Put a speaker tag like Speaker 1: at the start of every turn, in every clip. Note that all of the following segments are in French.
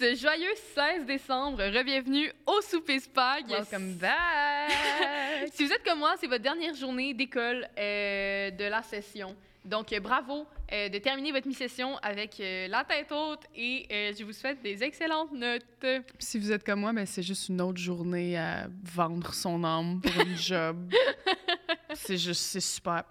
Speaker 1: Joyeux 16 décembre, bienvenue au Souper Spag.
Speaker 2: Welcome back!
Speaker 1: Si vous êtes comme moi, c'est votre dernière journée d'école euh, de la session. Donc, euh, bravo euh, de terminer votre mi-session avec euh, la tête haute et euh, je vous souhaite des excellentes notes.
Speaker 2: Puis si vous êtes comme moi, ben c'est juste une autre journée à vendre son âme pour une job. c'est juste, c'est super.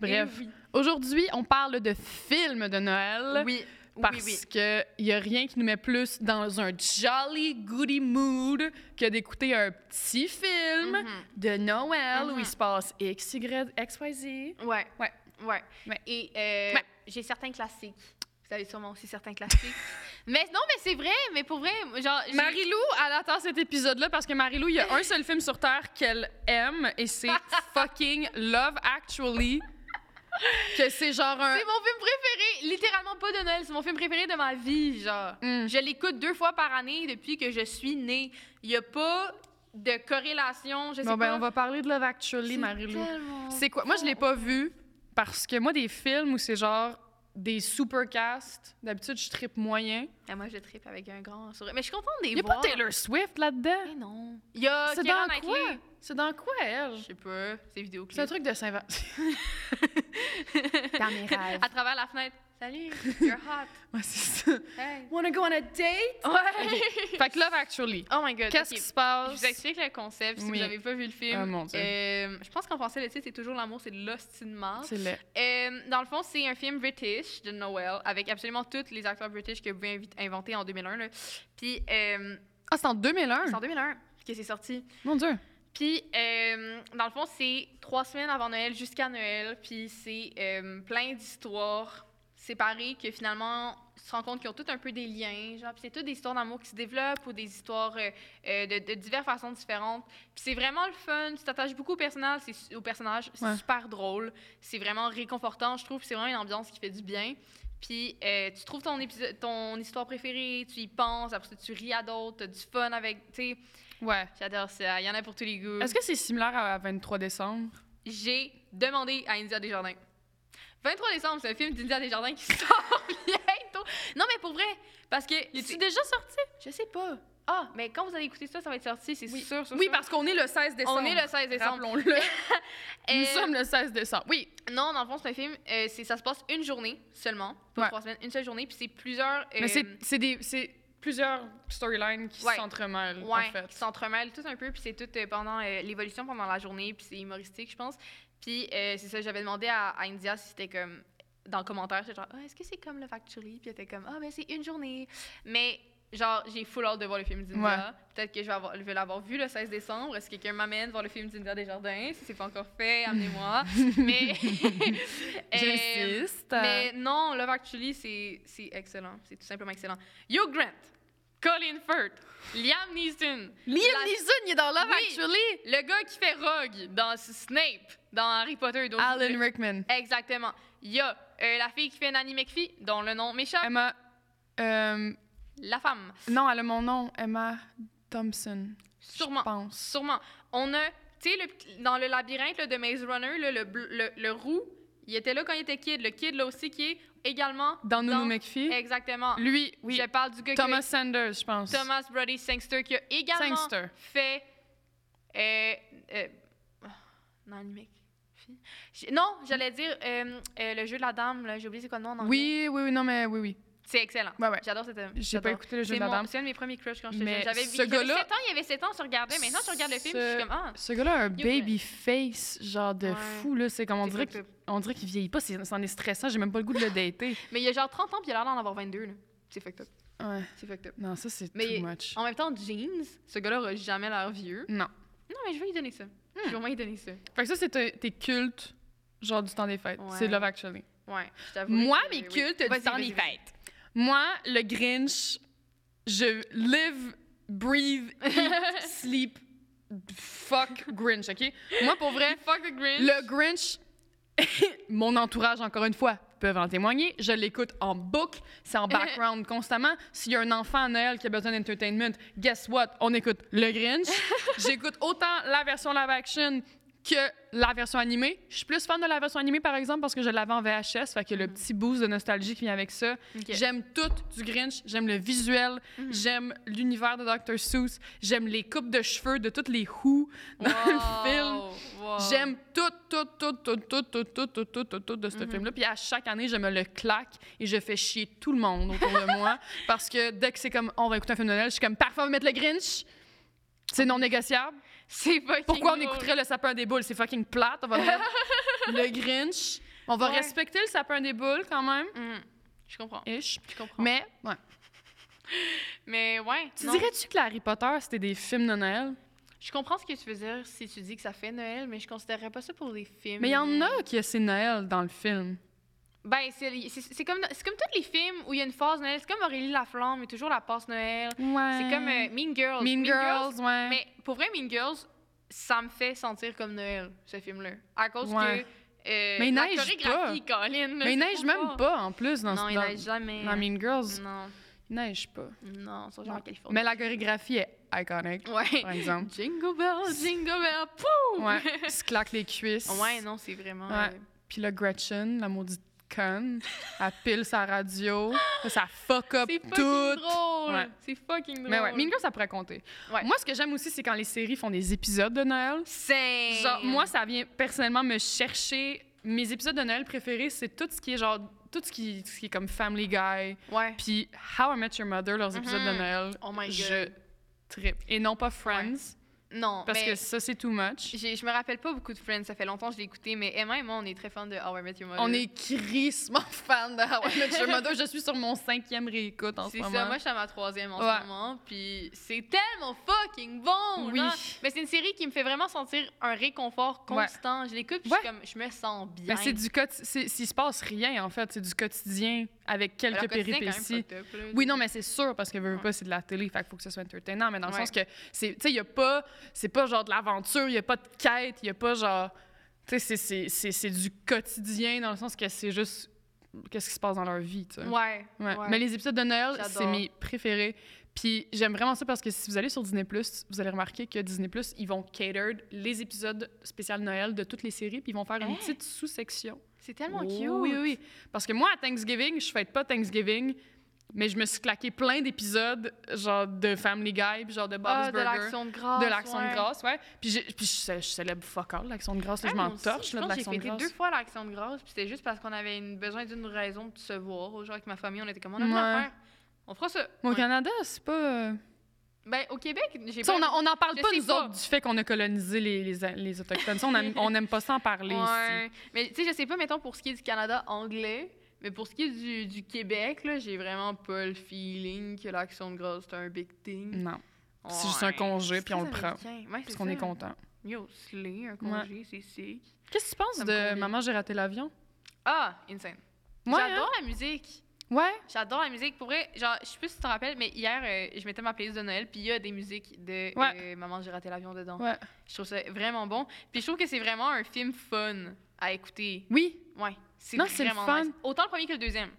Speaker 2: Bref,
Speaker 1: Et oui.
Speaker 2: aujourd'hui, on parle de films de Noël.
Speaker 1: Oui, oui,
Speaker 2: Parce
Speaker 1: oui.
Speaker 2: que y a rien qui nous met plus dans un jolly goody mood que d'écouter un petit film
Speaker 1: Mm-hmm.
Speaker 2: de Noël où
Speaker 1: Mhm.
Speaker 2: il se passe X, Y, X, Y, Z.
Speaker 1: Ouais.
Speaker 2: Ouais.
Speaker 1: Ouais.
Speaker 2: Ouais.
Speaker 1: Et euh,
Speaker 2: Ouais.
Speaker 1: j'ai certains classiques. Vous avez sûrement aussi certains classiques. mais non, mais c'est vrai, mais pour vrai, genre. j'ai-
Speaker 2: Marie-Lou, elle attend cet épisode-là parce que Marie-Lou, il y a un seul film sur Terre qu'elle aime et c'est fucking Love Actually. Que c'est genre un.
Speaker 1: C'est mon film préféré, littéralement pas de Noël, c'est mon film préféré de ma vie, genre.
Speaker 2: Mm.
Speaker 1: Je l'écoute deux fois par année depuis que je suis née. Il n'y a pas de corrélation, je sais
Speaker 2: Bon, ben,
Speaker 1: pas.
Speaker 2: on va parler de Love Actually, Marie-Lou. C'est quoi? Moi, je l'ai pas vu parce que moi, des films où c'est genre des supercasts, d'habitude, je tripe moyen.
Speaker 1: Ah, moi, je tripe avec un grand sourire. Mais je suis contente de les
Speaker 2: Il y a
Speaker 1: voir.
Speaker 2: pas Taylor Swift là-dedans.
Speaker 1: Mais non. Il y a
Speaker 2: C'est
Speaker 1: Keira
Speaker 2: dans
Speaker 1: Knightley.
Speaker 2: quoi? C'est dans quoi, elle?
Speaker 1: Je sais pas, c'est vidéoclip.
Speaker 2: C'est un truc de Saint-Vincent.
Speaker 1: Dans mes rêves. À travers la fenêtre. Salut, you're hot.
Speaker 2: ouais, c'est ça.
Speaker 1: Hey.
Speaker 2: Wanna go on a date? Fait que Love Actually.
Speaker 1: Oh my god.
Speaker 2: Qu'est-ce
Speaker 1: ok.
Speaker 2: qui se passe?
Speaker 1: Je vous explique le concept si
Speaker 2: Oui.
Speaker 1: vous n'avez pas vu le film.
Speaker 2: Ah, mon Dieu.
Speaker 1: Euh, je pense qu'en français, le titre, c'est toujours l'amour, c'est de l'ostinement.
Speaker 2: C'est laid.
Speaker 1: Euh, dans le fond, c'est un film british de Noël avec absolument tous les acteurs british que vous pouvez invi- inventer en 2001. là. Puis, euh,
Speaker 2: Ah, c'est en 2001?
Speaker 1: c'est en 2001 que c'est sorti.
Speaker 2: Mon Dieu.
Speaker 1: Puis, euh, dans le fond, c'est trois semaines avant Noël jusqu'à Noël. Puis, c'est euh, plein d'histoires séparées que finalement, on se rend compte qu'ils ont toutes un peu des liens. Genre, puis c'est toutes des histoires d'amour qui se développent ou des histoires euh, euh, de, de diverses façons différentes. Puis, c'est vraiment le fun. Tu t'attaches beaucoup au personnage. C'est, su- au personnage. c'est
Speaker 2: Ouais.
Speaker 1: super drôle. C'est vraiment réconfortant, je trouve. C'est vraiment une ambiance qui fait du bien. Puis euh, tu trouves ton, épisode, ton histoire préférée, tu y penses, après ça tu ris à d'autres, t'as du fun avec, tu sais,
Speaker 2: Ouais.
Speaker 1: j'adore ça, il y en a pour tous les goûts.
Speaker 2: Est-ce que c'est similaire à 23 décembre?
Speaker 1: j'ai demandé à India Desjardins. 23 décembre, c'est un film d'India Desjardins qui sort bientôt. Non, mais pour vrai, parce que.
Speaker 2: est-tu
Speaker 1: c'est-
Speaker 2: déjà sorti?
Speaker 1: Je sais pas. Ah, mais quand vous allez écouter ça, ça va être sorti, c'est
Speaker 2: Oui.
Speaker 1: sûr, sûr,
Speaker 2: Oui,
Speaker 1: sûr.
Speaker 2: parce qu'on est le 16 décembre.
Speaker 1: On est le 16 décembre.
Speaker 2: Rappelons-le. Nous
Speaker 1: Euh,
Speaker 2: sommes le 16 décembre. Oui.
Speaker 1: Non, dans le fond, c'est un film, euh, c'est- ça se passe une journée seulement, pas
Speaker 2: Ouais.
Speaker 1: trois semaines, une seule journée, puis c'est plusieurs. euh,
Speaker 2: Mais c'est- c'est des- c'est plusieurs storylines qui
Speaker 1: Ouais.
Speaker 2: s'entremêlent,
Speaker 1: ouais,
Speaker 2: en fait.
Speaker 1: qui s'entremêlent tous un peu, puis c'est tout euh, pendant euh, l'évolution, pendant la journée, puis c'est humoristique, je pense. Puis euh, c'est ça, j'avais demandé à, à India si c'était comme dans le commentaire, c'était genre, Ah, est-ce que c'est comme le Factually? Puis elle était comme, ah, ben c'est une journée. Mais genre, j'ai full hâte de voir le film d'India.
Speaker 2: Ouais.
Speaker 1: Peut-être que je vais, avoir- je vais l'avoir vu le 16 décembre. Est-ce que quelqu'un m'amène voir le film d'India Desjardins? Si c'est pas encore fait, amenez-moi. mais. Euh,
Speaker 2: J'insiste.
Speaker 1: mais non, Love Actually, c'est c'est excellent. C'est tout simplement excellent. Hugh Grant, Colin Firth, Liam Neeson,
Speaker 2: Liam
Speaker 1: la-
Speaker 2: Neeson, il est dans Love
Speaker 1: Oui.
Speaker 2: Actually.
Speaker 1: le gars qui fait Rogue dans Snape, dans Harry Potter et d'autres.
Speaker 2: Alan Rickman.
Speaker 1: Exactement. Il y a euh, la fille qui fait Nanny McPhee, dont le nom m'échappe,
Speaker 2: Emma... euh,
Speaker 1: la femme.
Speaker 2: non, elle a mon nom. Emma Thompson, je
Speaker 1: Sûrement.
Speaker 2: pense.
Speaker 1: Sûrement. On a, tu sais, le petit- dans le labyrinthe là, de Maze Runner, là, le, bleu- le, le roux, il était là quand il était kid. Le kid, là aussi, qui est également.
Speaker 2: Dans Nounou
Speaker 1: Dans-
Speaker 2: McPhee.
Speaker 1: Exactement.
Speaker 2: Lui, oui.
Speaker 1: Je parle du gars qui a
Speaker 2: Thomas Sanders, je pense.
Speaker 1: Thomas Brody Sangster qui a également
Speaker 2: Sangster.
Speaker 1: fait euh, euh, oh, Nanny McPhee. J- Non, j'allais dire euh, euh, le jeu de la dame, là, j'ai oublié c'est quoi le nom en anglais.
Speaker 2: Oui, oui, oui, non, mais oui, oui.
Speaker 1: C'est excellent.
Speaker 2: Ouais, ouais.
Speaker 1: J'adore cette
Speaker 2: J'ai pas écouté le jeu de la dame.
Speaker 1: C'est un de mes premiers crushs quand j'étais
Speaker 2: Mais
Speaker 1: jeune. J'avais
Speaker 2: ce
Speaker 1: il y avait
Speaker 2: gars-là-
Speaker 1: 7 ans, il y avait 7 ans, on se regardait. Maintenant, je regarde le film,
Speaker 2: Ce-
Speaker 1: je suis comme ah,
Speaker 2: Ce gars-là a un
Speaker 1: Hugh
Speaker 2: baby face, genre de
Speaker 1: Ouais.
Speaker 2: fou, là. C'est comme on
Speaker 1: c'est
Speaker 2: dirait,
Speaker 1: cool.
Speaker 2: qu'il- on dirait qu'il vieillit pas, c'est- c'en est stressant, j'ai même pas le goût de le dater.
Speaker 1: Mais il y a genre 30 ans, puis il a l'air d'en avoir 22 là. C'est fucked up.
Speaker 2: Ouais.
Speaker 1: C'est fucked up.
Speaker 2: Non, ça, c'est
Speaker 1: Mais-
Speaker 2: too much.
Speaker 1: En même temps, jeans, ce gars-là aura jamais l'air vieux.
Speaker 2: Non.
Speaker 1: Non, mais je vais lui donner ça.
Speaker 2: Hmm.
Speaker 1: Je vais au moins lui donner ça.
Speaker 2: Fait que ça, c'est tes- tes cultes, genre du temps des fêtes.
Speaker 1: Ouais.
Speaker 2: C'est Love Actually.
Speaker 1: Ouais, je t'avoue.
Speaker 2: Moi,
Speaker 1: que- oui.
Speaker 2: mes cultes du
Speaker 1: Vas-y,
Speaker 2: temps
Speaker 1: vas-y,
Speaker 2: des
Speaker 1: vas-y.
Speaker 2: fêtes. Moi, le Grinch, je live, breathe, eat, sleep, fuck Grinch, OK? Moi, pour vrai,
Speaker 1: Fuck the Grinch.
Speaker 2: Le Grinch, mon entourage, encore une fois, peuvent en témoigner. Je l'écoute en boucle, c'est en background constamment. S'il y a un enfant à Noël qui a besoin d'entertainment, guess what? On écoute le Grinch. J'écoute autant la version live action que la version animée. Je suis plus fan de la version animée, par exemple, parce que je l'avais en VHS, fait que le petit boost de nostalgie qui vient avec ça.
Speaker 1: Mm-hmm. Ok. Mm-hmm.
Speaker 2: J'aime tout du Grinch, j'aime le visuel, j'aime l'univers de Dr. Seuss, j'aime les coupes de cheveux de toutes les Who dans le film.
Speaker 1: Wow, wow.
Speaker 2: J'aime tout, tout, tout, tout, tout, tout, tout, tout, tout, tout, tout de ce film-là. Puis à chaque année, je me le claque et je fais chier tout le monde autour de moi. Parce que dès que c'est comme, on va écouter un film de Noël, je suis comme, parfois, on va mettre le Grinch. C'est non négociable.
Speaker 1: C'est fucking
Speaker 2: Pourquoi on
Speaker 1: drôle.
Speaker 2: écouterait le sapin des boules? C'est fucking plate. On va mettre le Grinch. On va
Speaker 1: Ouais.
Speaker 2: respecter le sapin des boules quand même.
Speaker 1: Mm. Je comprends.
Speaker 2: Ish.
Speaker 1: Je comprends. Mais,
Speaker 2: Mais, ouais.
Speaker 1: ouais.
Speaker 2: Tu
Speaker 1: non.
Speaker 2: dirais-tu que les Harry Potter, c'était des films de Noël?
Speaker 1: Je comprends ce que tu veux dire si tu dis que ça fait Noël, mais je considérerais pas ça pour des films.
Speaker 2: Mais il y en a qui c'est Noël dans le film.
Speaker 1: Ben, c'est c'est- c'est comme, c'est comme tous les films où il y a une phase Noël. C'est comme Aurélie Laflamme, il y a toujours la passe Noël.
Speaker 2: Ouais.
Speaker 1: C'est comme euh, Mean Girls.
Speaker 2: Mean Girls, ouais.
Speaker 1: Mais pour vrai, Mean Girls, ça me fait sentir comme Noël, ce film-là. À cause
Speaker 2: Ouais.
Speaker 1: que. euh,
Speaker 2: Mais il
Speaker 1: la
Speaker 2: neige
Speaker 1: chorégraphie, Colin. là,
Speaker 2: Mais il
Speaker 1: c'est
Speaker 2: neige
Speaker 1: trop
Speaker 2: même
Speaker 1: fort.
Speaker 2: pas en plus dans,
Speaker 1: Non,
Speaker 2: ce-
Speaker 1: il
Speaker 2: dans,
Speaker 1: neige jamais.
Speaker 2: dans Mean Girls.
Speaker 1: Non,
Speaker 2: Il neige pas.
Speaker 1: non, ça,
Speaker 2: Non.
Speaker 1: genre en Californie.
Speaker 2: Mais la chorégraphie est iconique,
Speaker 1: Ouais.
Speaker 2: par exemple.
Speaker 1: Jingle bell, jingle bell, pouf!
Speaker 2: Ouais, il se claque les cuisses.
Speaker 1: Oh. Ouais, non, c'est vraiment.
Speaker 2: Ouais.
Speaker 1: euh,
Speaker 2: Puis là, Gretchen, la maudite conne, elle pile sa radio. Là, ça fuck up
Speaker 1: C'est
Speaker 2: tout.
Speaker 1: fucking drôle!
Speaker 2: Ouais.
Speaker 1: C'est fucking drôle!
Speaker 2: Mais ouais, Mean Girls, ça pourrait compter.
Speaker 1: Ouais.
Speaker 2: Moi, ce que j'aime aussi, c'est quand les séries font des épisodes de Noël.
Speaker 1: C'est.
Speaker 2: Genre, moi, ça vient personnellement me chercher. Mes épisodes de Noël préférés, c'est tout ce qui est genre, tout ce qui, ce qui est comme Family Guy,
Speaker 1: Ouais.
Speaker 2: puis How I Met Your Mother, leurs épisodes de
Speaker 1: Mhm.
Speaker 2: Noël.
Speaker 1: Oh my God.
Speaker 2: Je trip. Et non pas Friends,
Speaker 1: Non,
Speaker 2: parce
Speaker 1: mais
Speaker 2: que ça, c'est too much.
Speaker 1: j'ai- je me rappelle pas beaucoup de Friends, ça fait longtemps que je l'ai écouté, mais Emma et moi, on est très fans de How I Met Your Mother.
Speaker 2: On est crissement fan de How I Met Your Mother. Je suis sur mon cinquième réécoute en ce
Speaker 1: C'est
Speaker 2: moment.
Speaker 1: ça, moi je suis à ma troisième en
Speaker 2: Ouais.
Speaker 1: ce moment, puis c'est tellement fucking bon!
Speaker 2: Oui.
Speaker 1: genre. Mais c'est une série qui me fait vraiment sentir un réconfort
Speaker 2: Ouais.
Speaker 1: constant. Je l'écoute, puis
Speaker 2: Ouais.
Speaker 1: je suis comme, je me sens bien.
Speaker 2: Ben, c'est du quoti- c'est- s'il se passe rien en fait, c'est du quotidien avec
Speaker 1: Alors,
Speaker 2: quelques
Speaker 1: quotidien, quand même,
Speaker 2: péripéties.
Speaker 1: fucked up, là.
Speaker 2: Oui, non, mais c'est sûr parce que veux, veux
Speaker 1: Ouais.
Speaker 2: pas c'est de la télé, fait qu'il faut que ce soit entertainant, mais dans le
Speaker 1: Ouais.
Speaker 2: sens que c'est tu sais il y a pas c'est pas genre de l'aventure, il y a pas de quête, il y a pas genre tu sais c'est- c'est c'est c'est du quotidien dans le sens que c'est juste qu'est-ce qui se passe dans leur vie, tu sais.
Speaker 1: Ouais.
Speaker 2: Ouais.
Speaker 1: ouais.
Speaker 2: Mais les épisodes de Noël,
Speaker 1: J'adore.
Speaker 2: c'est mes préférés. Puis j'aime vraiment ça parce que si vous allez sur Disney+, vous allez remarquer que Disney+, ils vont cater les épisodes spécial Noël de toutes les séries, puis ils vont faire
Speaker 1: Hein?
Speaker 2: une petite sous-section.
Speaker 1: C'est tellement
Speaker 2: Oh,
Speaker 1: cute!
Speaker 2: Oui, oui. Parce que moi, à Thanksgiving, je fête pas Thanksgiving, mais je me suis claqué plein d'épisodes, genre de Family Guy, puis genre de Bob's
Speaker 1: Ah, de
Speaker 2: Burger.
Speaker 1: l'action de grâce.
Speaker 2: De l'action
Speaker 1: ouais.
Speaker 2: de grâce, ouais. Puis, j'ai- puis je, cé- je célèbre fuck all, l'action de grâce. là,
Speaker 1: Ah,
Speaker 2: je
Speaker 1: moi
Speaker 2: m'en
Speaker 1: aussi,
Speaker 2: torche là,
Speaker 1: je
Speaker 2: de
Speaker 1: pense que
Speaker 2: l'action de
Speaker 1: J'ai
Speaker 2: grâce.
Speaker 1: fêté deux fois l'action de grâce, puis c'était juste parce qu'on avait une- besoin d'une raison de se voir. Genre, avec ma famille, on était comme, on a rien à
Speaker 2: Ouais.
Speaker 1: faire. On fera ça.
Speaker 2: Moi, au
Speaker 1: Ouais.
Speaker 2: Canada, c'est pas... euh,
Speaker 1: Ben, au Québec, j'ai
Speaker 2: Tu sais,
Speaker 1: pas.
Speaker 2: on en- on n'en parle
Speaker 1: Je
Speaker 2: pas,
Speaker 1: sais
Speaker 2: nous
Speaker 1: pas.
Speaker 2: autres, du fait qu'on a colonisé les, les, les Autochtones. Ça, on aime- on n'aime pas s'en parler ici.
Speaker 1: Ouais. Mais tu sais, je sais pas, mettons, pour ce qui est du Canada anglais, mais pour ce qui est du, du Québec, là, j'ai vraiment pas le feeling que l'action de grâce, c'est un big thing.
Speaker 2: Non, Mm. C'est juste un congé,
Speaker 1: C'est
Speaker 2: puis on
Speaker 1: très
Speaker 2: le prend,
Speaker 1: américain. Ouais,
Speaker 2: parce qu'on est content.
Speaker 1: Yo, slay, un congé, c'est sick.
Speaker 2: Qu'est-ce que tu penses
Speaker 1: Ça me
Speaker 2: de
Speaker 1: convient.
Speaker 2: Maman, j'ai raté l'avion?
Speaker 1: Ah, insane.
Speaker 2: Ouais, hein?
Speaker 1: J'adore la musique.
Speaker 2: Ouais.
Speaker 1: J'adore la musique. Pour vrai, genre, je sais plus si tu te rappelles, mais hier, euh, je mettais ma playlist de Noël, puis il y a des musiques de euh,
Speaker 2: Ouais.
Speaker 1: Maman, j'ai raté l'avion dedans.
Speaker 2: Ouais.
Speaker 1: Je trouve ça vraiment bon. Puis je trouve que c'est vraiment un film fun à écouter.
Speaker 2: Oui.
Speaker 1: Ouais. C'est
Speaker 2: Non, c'est le
Speaker 1: vraiment
Speaker 2: fun.
Speaker 1: nice. Autant le premier que le deuxième.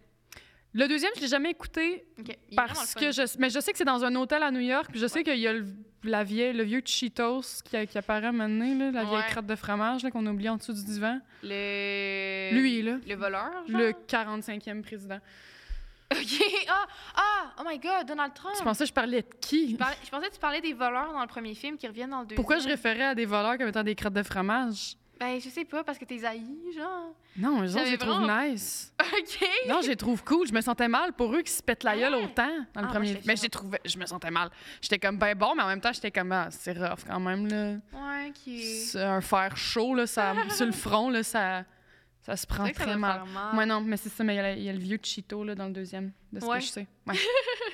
Speaker 2: Le deuxième, je l'ai jamais écouté
Speaker 1: Ok, il est vraiment le
Speaker 2: parce
Speaker 1: fun.
Speaker 2: que je... Mais je sais que c'est dans un hôtel à New York, puis je sais
Speaker 1: Ouais.
Speaker 2: qu'il y a le, la vieille, le vieux Cheetos qui, qui apparaît maintenant, là, la vieille
Speaker 1: Ouais. Mm-hmm.
Speaker 2: crotte de fromage là, qu'on a oubliée en dessous du divan.
Speaker 1: Le...
Speaker 2: Lui, là.
Speaker 1: Le voleur, genre?
Speaker 2: Le 45e président.
Speaker 1: OK. Ah! Ah! Oh my God, Donald Trump!
Speaker 2: Tu pensais que je parlais de qui?
Speaker 1: Je, parlais- je pensais que tu parlais des voleurs dans le premier film qui reviennent dans le deuxième.
Speaker 2: Pourquoi je référais à des voleurs comme étant des crottes de fromage?
Speaker 1: Ben, je sais pas, parce que t'es haï, genre.
Speaker 2: Non, les autres, je
Speaker 1: J'avais
Speaker 2: les trouve
Speaker 1: vraiment-
Speaker 2: nice.
Speaker 1: OK!
Speaker 2: Non, je les trouve cool. Je me sentais mal pour eux qui se pètent la gueule
Speaker 1: Ouais.
Speaker 2: autant dans le
Speaker 1: Ah, moi,
Speaker 2: premier.
Speaker 1: j'étais
Speaker 2: mais
Speaker 1: fière.
Speaker 2: je les trouvais, je me sentais mal. J'étais comme ben bon, mais en même temps, j'étais comme ah, c'est rough quand même là.
Speaker 1: Ouais, OK. C'est
Speaker 2: C'est un fer chaud là, ça sur le front là, ça ça se prend
Speaker 1: vrai que ça
Speaker 2: très
Speaker 1: doit
Speaker 2: mal.
Speaker 1: faire mal.
Speaker 2: Moi non, mais c'est ça, mais il y a la- il y, a le vieux Cheeto là dans le deuxième, de ce
Speaker 1: Ouais.
Speaker 2: que je sais. Ouais.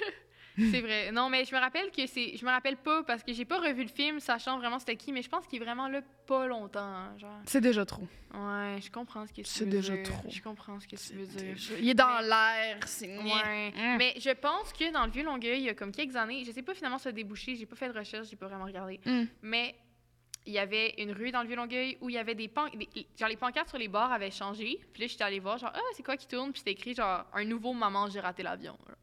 Speaker 1: C'est vrai. Non, mais je me rappelle que c'est. Je me rappelle pas parce que j'ai pas revu le film, sachant vraiment c'était qui, mais je pense qu'il est vraiment là pas longtemps, hein, genre.
Speaker 2: c'est déjà trop.
Speaker 1: Ouais, je comprends ce que tu
Speaker 2: C'est
Speaker 1: veux dire.
Speaker 2: déjà trop.
Speaker 1: Je comprends ce que tu veux
Speaker 2: C'est
Speaker 1: dire.
Speaker 2: déjà- Il est dans
Speaker 1: Mais-
Speaker 2: l'air, c'est
Speaker 1: Ouais.
Speaker 2: Mm.
Speaker 1: Mais je pense que dans le vieux Longueuil, il y a comme quelques années, je sais pas finalement ça a débouché, j'ai pas fait de recherche, j'ai pas vraiment regardé,
Speaker 2: Mm.
Speaker 1: mais il y avait une rue dans le vieux Longueuil où il y avait des pancartes, genre les pancartes sur les bars avaient changé, puis là j'étais allée voir genre ah c'est quoi qui tourne, puis c'était écrit genre un nouveau maman j'ai raté l'avion. là.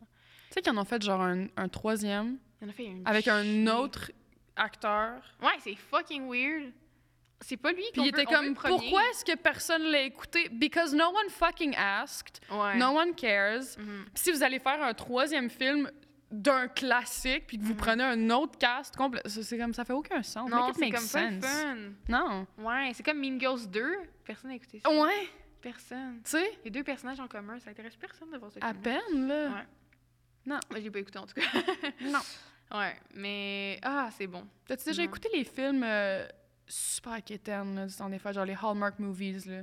Speaker 2: Tu sais qu'ils en ont fait genre un, un troisième
Speaker 1: Il y en a fait une.
Speaker 2: avec un
Speaker 1: chier.
Speaker 2: autre acteur.
Speaker 1: Ouais, c'est fucking weird. C'est pas lui qu'on
Speaker 2: Puis il
Speaker 1: veut-
Speaker 2: était
Speaker 1: on veut
Speaker 2: comme,
Speaker 1: le premier.
Speaker 2: pourquoi est-ce que personne l'a écouté? Because no one fucking asked.
Speaker 1: Ouais.
Speaker 2: No one cares.
Speaker 1: Mhm.
Speaker 2: Puis si vous allez faire un troisième film d'un classique, puis que vous prenez un autre cast complet, ça, c'est comme ça fait aucun sens.
Speaker 1: Mm. Non,
Speaker 2: Make it
Speaker 1: c'est
Speaker 2: make
Speaker 1: comme pas le
Speaker 2: sense.
Speaker 1: fun.
Speaker 2: Non.
Speaker 1: Ouais, c'est comme Mean Girls 2. Personne n'a écouté ça.
Speaker 2: Ouais,
Speaker 1: Personne.
Speaker 2: tu sais,
Speaker 1: Les deux personnages en commun, ça intéresse personne de voir ce
Speaker 2: à
Speaker 1: film.
Speaker 2: peine là.
Speaker 1: Ouais.
Speaker 2: Non.
Speaker 1: Moi, je l'ai pas écouté en tout cas.
Speaker 2: Non.
Speaker 1: ouais, mais. Ah, c'est bon.
Speaker 2: T'as-tu déjà
Speaker 1: Non.
Speaker 2: écouté les films euh, super quétaines, là, dans des fois, genre les Hallmark movies, là?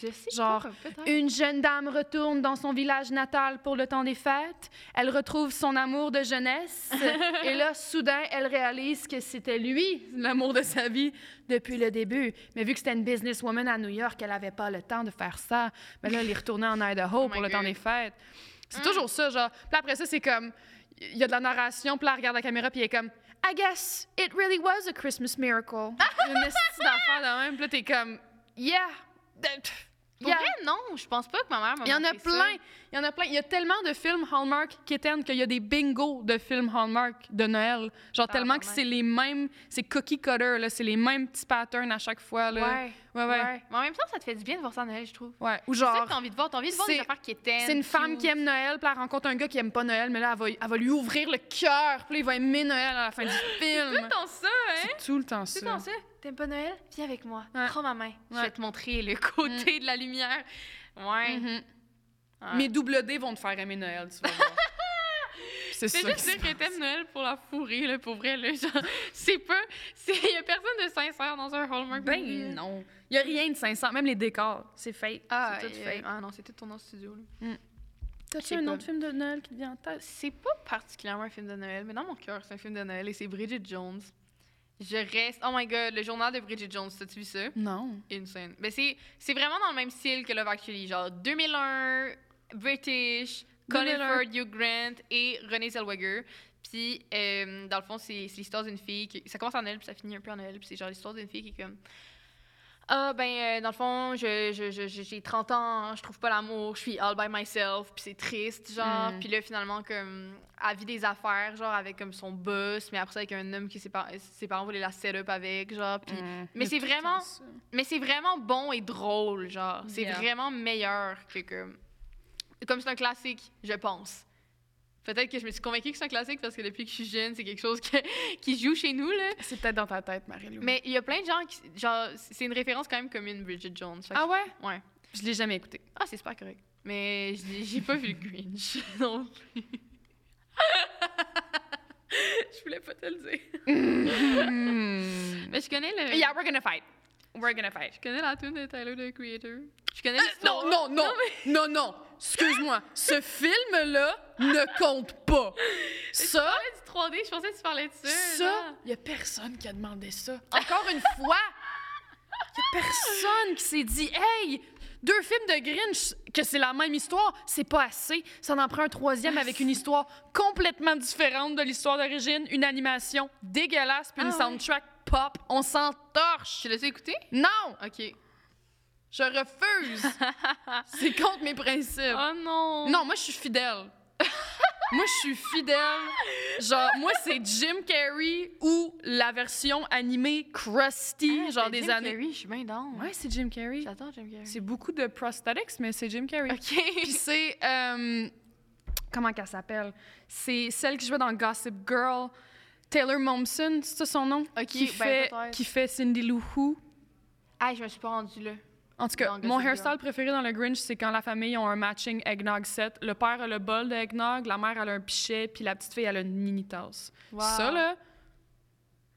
Speaker 1: Je sais
Speaker 2: Genre,
Speaker 1: pas, peut-être.
Speaker 2: Une jeune dame retourne dans son village natal pour le temps des fêtes. Elle retrouve son amour de jeunesse. et là, soudain, elle réalise que c'était lui, l'amour de sa vie, depuis le début. Mais vu que c'était une businesswoman à New York, elle n'avait pas le temps de faire ça. Mais là, elle est retournée en Idaho
Speaker 1: Oh
Speaker 2: pour
Speaker 1: my
Speaker 2: le temps
Speaker 1: God.
Speaker 2: des fêtes. C'est
Speaker 1: Mm.
Speaker 2: toujours ça, genre. Puis après ça, c'est comme. Il y a de la narration, puis là, elle regarde la caméra, puis elle est comme. I guess it really was a Christmas miracle. Une petite d'affaire de même, puis là, t'es comme. Yeah!
Speaker 1: Pour
Speaker 2: Yeah.
Speaker 1: vrai, non, je pense pas que ma mère m'a
Speaker 2: Il y en a
Speaker 1: montré ça.
Speaker 2: plein. Il y en a plein. Il y a tellement de films Hallmark qui éternent qu'il y a des bingos de films Hallmark de Noël. Genre tellement que
Speaker 1: Tabarnak.
Speaker 2: c'est les mêmes, c'est cookie cutter là, c'est les mêmes petits patterns à chaque fois là.
Speaker 1: Ouais.
Speaker 2: Ouais, ouais.
Speaker 1: Mais en même temps, ça te fait du bien de voir ça en Noël, je trouve.
Speaker 2: Ouais. Ou
Speaker 1: C'est ça
Speaker 2: genre
Speaker 1: que t'as envie de voir. T'as envie de voir
Speaker 2: c'est-
Speaker 1: des affaires qui étaient.
Speaker 2: c'est une femme qui aime Noël, puis elle rencontre un gars qui aime pas Noël, mais là elle va, elle va lui ouvrir le cœur, puis là, il va aimer Noël à la fin du
Speaker 1: Tout le
Speaker 2: film.
Speaker 1: temps ça, hein?
Speaker 2: C'est tout le temps
Speaker 1: C'est dans
Speaker 2: ça.
Speaker 1: ça. T'aimes pas Noël? Viens avec moi.
Speaker 2: Ouais.
Speaker 1: Prends ma main. Je
Speaker 2: Ouais. Mm.
Speaker 1: vais te montrer le côté de la lumière. Ouais.
Speaker 2: Mhm.
Speaker 1: Ouais.
Speaker 2: Mes double D vont te faire aimer Noël, tu vas voir. c'est
Speaker 1: C'est
Speaker 2: ça. qui
Speaker 1: juste
Speaker 2: se
Speaker 1: dire que t'aimes Noël pour la fourrer, là, pour vrai, là. Genre, c'est pas. Il y a personne de sincère dans un Hallmark movie,
Speaker 2: Ben
Speaker 1: là.
Speaker 2: non. Il y a rien de 500, même les décors. C'est fake.
Speaker 1: Ah,
Speaker 2: c'est tout
Speaker 1: euh,
Speaker 2: fake.
Speaker 1: ah non, c'était tourné en studio, là.
Speaker 2: T'as-tu
Speaker 1: sais
Speaker 2: un
Speaker 1: pas.
Speaker 2: autre film de Noël qui te vient en tête?
Speaker 1: C'est pas particulièrement un film de Noël, mais dans mon cœur, c'est un film de Noël et c'est Bridget Jones. Je reste. Oh my god, le journal de Bridget Jones, t'as-tu vu ça?
Speaker 2: Non.
Speaker 1: Insane. Ben c'est, c'est vraiment dans le même style que Love Actually, genre 2001, British, Colin
Speaker 2: 2001.
Speaker 1: Firth, Hugh Grant et Renée Zellweger. Puis, euh, dans le fond, c'est, c'est l'histoire d'une fille qui... Ça commence en Noël, puis ça finit un peu en Noël, puis c'est genre l'histoire d'une fille qui est comme... Ah, ben, euh, dans le fond, je, je- je- je- j'ai 30 ans, je trouve pas l'amour, je suis all by myself, puis c'est triste, genre.
Speaker 2: Mm.
Speaker 1: Puis là, finalement, comme, elle vit des affaires, genre, avec comme son boss, mais après ça, avec un homme qui ses, par- ses parents voulaient la set-up avec, genre. Puis Mais c'est vraiment- mais c'est vraiment bon et drôle, genre. C'est
Speaker 2: Yeah.
Speaker 1: vraiment meilleur que comme. Comme c'est un classique, je pense. Peut-être que je me suis convaincue que c'est un classique parce que depuis que je suis jeune, c'est quelque chose que- qui joue chez nous, là.
Speaker 2: C'est peut-être dans ta tête, Marie-Lou.
Speaker 1: Mais il y a plein de gens qui. Genre, c'est une référence quand même commune, Bridget Jones. Fait que-
Speaker 2: Ah ouais?
Speaker 1: Ouais.
Speaker 2: Je l'ai jamais écouté.
Speaker 1: Ah, c'est super correct. Mais j'ai j'ai pas vu le Grinch non plus. je voulais pas te le dire. Mais je connais le.
Speaker 2: Hmm. Yeah, we're gonna fight. We're gonna fight.
Speaker 1: Je connais la tune de Tyler the Creator. Je connais
Speaker 2: Non,
Speaker 1: l'histoire.
Speaker 2: non, non, non, non. Excuse-moi. Ce film-là ne compte pas. Ça,
Speaker 1: parlais du 3D, je pensais que tu parlais de ça.
Speaker 2: ça,
Speaker 1: là.
Speaker 2: il y a personne qui a demandé ça. Encore une fois, il y a personne qui s'est dit, hey, deux films de Grinch que c'est la même histoire, c'est pas assez. Ça en prend un troisième avec une histoire complètement différente de l'histoire d'origine, une animation dégueulasse puis une
Speaker 1: Ah ouais.
Speaker 2: soundtrack pop. On s'en torche.
Speaker 1: Je l'ai écouté?
Speaker 2: Non,
Speaker 1: Ok.
Speaker 2: je refuse. c'est contre mes principes.
Speaker 1: Oh non!
Speaker 2: Non, moi, je suis fidèle. moi, je suis fidèle. Genre, moi, c'est Jim Carrey ou la version animée Krusty,
Speaker 1: Ah,
Speaker 2: genre
Speaker 1: c'est
Speaker 2: des
Speaker 1: Jim
Speaker 2: années.
Speaker 1: Carrey, je suis bien down.
Speaker 2: Ouais, c'est Jim Carrey.
Speaker 1: J'adore Jim Carrey.
Speaker 2: C'est beaucoup de prosthetics, mais c'est Jim Carrey. Puis
Speaker 1: Ok.
Speaker 2: c'est. euh, comment qu'elle s'appelle? C'est celle qui jouait dans Gossip Girl. Taylor Momsen, c'est ça son nom?
Speaker 1: Ok,
Speaker 2: qui,
Speaker 1: ben,
Speaker 2: fait,
Speaker 1: peut-être.
Speaker 2: qui fait Cindy Lou Who.
Speaker 1: Ah, je me suis pas rendue là.
Speaker 2: En tout cas,
Speaker 1: Dans Gossip
Speaker 2: mon
Speaker 1: Girl.
Speaker 2: hairstyle préféré dans le Grinch, c'est quand la famille ont un matching eggnog set. Le père a le bol de eggnog, la mère elle a un pichet, puis la petite fille elle a une mini tasse.
Speaker 1: Wow.
Speaker 2: Ça là,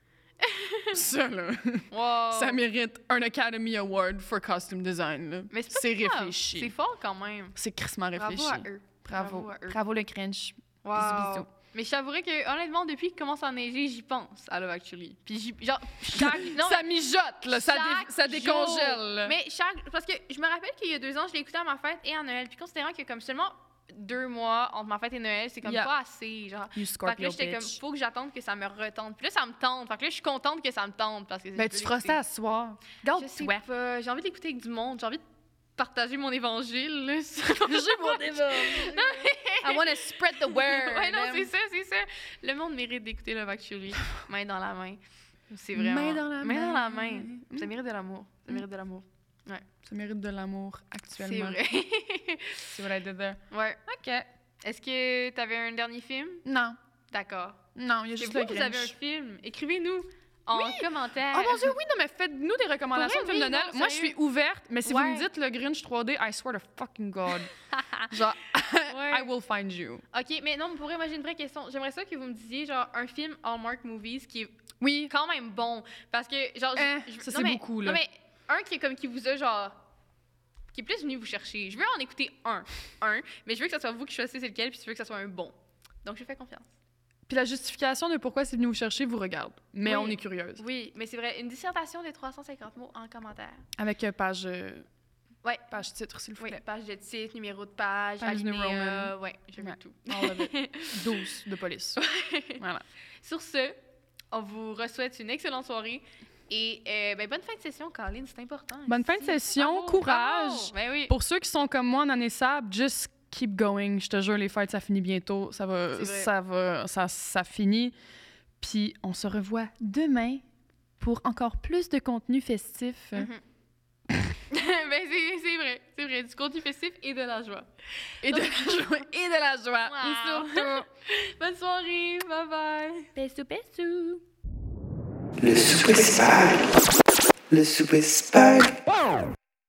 Speaker 2: ça là,
Speaker 1: Wow.
Speaker 2: ça mérite un Academy Award for costume design. là.
Speaker 1: Mais
Speaker 2: c'est
Speaker 1: pas grave, C'est
Speaker 2: réfléchi.
Speaker 1: fort quand même.
Speaker 2: C'est crissement réfléchi.
Speaker 1: Bravo à eux.
Speaker 2: Bravo,
Speaker 1: Bravo à eux.
Speaker 2: Bravo le Grinch.
Speaker 1: Wow.
Speaker 2: bisous.
Speaker 1: Mais je t'avouerais que, honnêtement, depuis qu'il commence à neiger, j'y pense à Love Actually. Puis j'y. Genre, chaque. Non,
Speaker 2: ça mijote, là, ça, dé-
Speaker 1: Chaque
Speaker 2: ça
Speaker 1: jour.
Speaker 2: décongèle. là.
Speaker 1: Mais chaque. Parce que je me rappelle qu'il y a deux ans, je l'ai écouté à ma fête et à Noël. Puis considérant que, comme seulement deux mois entre ma fête et Noël, c'est comme
Speaker 2: Yeah.
Speaker 1: pas assez. Genre. Fait que là,
Speaker 2: You Scorpio
Speaker 1: j'étais comme,
Speaker 2: bitch.
Speaker 1: faut que j'attende que ça me retente. Puis là, ça me tente. Fait que là, je suis contente que ça me tente. Parce que je
Speaker 2: Ben,
Speaker 1: peux
Speaker 2: tu feras
Speaker 1: l'écouter.
Speaker 2: ça à soir.
Speaker 1: Je sais
Speaker 2: toi.
Speaker 1: pas. J'ai envie d'écouter avec du monde. J'ai envie de partager mon évangile. Là, sur-
Speaker 2: I want to spread the word.
Speaker 1: ouais, non,
Speaker 2: man.
Speaker 1: c'est ça, c'est ça. Le monde mérite d'écouter Love Actually, main dans la main. C'est vraiment.
Speaker 2: Main dans la
Speaker 1: Main dans la
Speaker 2: main.
Speaker 1: main. Ça mérite de l'amour. Ça
Speaker 2: Mm.
Speaker 1: mérite de l'amour.
Speaker 2: Ça mérite de l'amour
Speaker 1: C'est
Speaker 2: actuellement.
Speaker 1: vrai.
Speaker 2: C'est what I did there.
Speaker 1: ouais.
Speaker 2: OK.
Speaker 1: Est-ce que tu avais un dernier film?
Speaker 2: Non.
Speaker 1: D'accord.
Speaker 2: Non, il y a
Speaker 1: Si
Speaker 2: juste
Speaker 1: vous,
Speaker 2: le
Speaker 1: vous avez un
Speaker 2: Grinch.
Speaker 1: film, écrivez-nous en commentaire.
Speaker 2: Oh mon dieu, oui, non, mais faites-nous des recommandations de
Speaker 1: Pour vrai,
Speaker 2: films de
Speaker 1: oui,
Speaker 2: Noël.
Speaker 1: non,
Speaker 2: Moi, je
Speaker 1: sérieux.
Speaker 2: suis ouverte, mais si vous me
Speaker 1: Ouais.
Speaker 2: dites le Grinch 3D, I swear to fucking God. Genre,
Speaker 1: Ouais.
Speaker 2: I will find you.
Speaker 1: OK, mais non, mais pour vrai, moi, j'ai une vraie question. J'aimerais ça que vous me disiez, genre, un film Hallmark Movies qui est
Speaker 2: Oui.
Speaker 1: quand même bon. Parce que, genre... je-
Speaker 2: Hein,
Speaker 1: je-
Speaker 2: ça,
Speaker 1: non,
Speaker 2: c'est
Speaker 1: mais-
Speaker 2: beaucoup, là.
Speaker 1: Non, mais un qui est comme qui vous a, genre... Qui est plus venu vous chercher. Je veux en écouter un. Un. Mais je veux que ce soit vous qui choisissez c'est lequel, puis je veux que ce soit un bon. Donc, je fais confiance.
Speaker 2: Puis la justification de pourquoi c'est venu vous chercher vous regarde. Mais
Speaker 1: Oui.
Speaker 2: on est curieuse.
Speaker 1: Oui, mais c'est vrai. Une dissertation de 350 mots en commentaire.
Speaker 2: Avec euh, page, euh,
Speaker 1: Ouais.
Speaker 2: page titre, s'il vous
Speaker 1: Oui,
Speaker 2: plaît.
Speaker 1: page de titre, numéro de page,
Speaker 2: Times New
Speaker 1: alinéa. Ouais, je veux
Speaker 2: Ouais.
Speaker 1: tout.
Speaker 2: All of it. 12 de police. voilà.
Speaker 1: Sur ce, on vous souhaite une excellente soirée et euh, ben, bonne fin de session, Colin, c'est important.
Speaker 2: Bonne fin de
Speaker 1: ici.
Speaker 2: session,
Speaker 1: Bravo,
Speaker 2: courage.
Speaker 1: bravo. Ben oui.
Speaker 2: Pour ceux qui sont comme moi en année sable, just keep going. Je te jure, les fêtes, ça finit bientôt. Ça
Speaker 1: C'est
Speaker 2: va,
Speaker 1: vrai.
Speaker 2: ça va, ça, ça finit. Puis on se revoit demain pour encore plus de contenu festif.
Speaker 1: Mhm. ben c'est c'est vrai, c'est vrai, du contenu festif et de la joie.
Speaker 2: Et de la joie. Et de la joie.
Speaker 1: Wow.
Speaker 2: Surtout.
Speaker 1: Bonne soirée, bye bye.
Speaker 3: Peço, peço.
Speaker 4: Le souper spag. Le souper spag.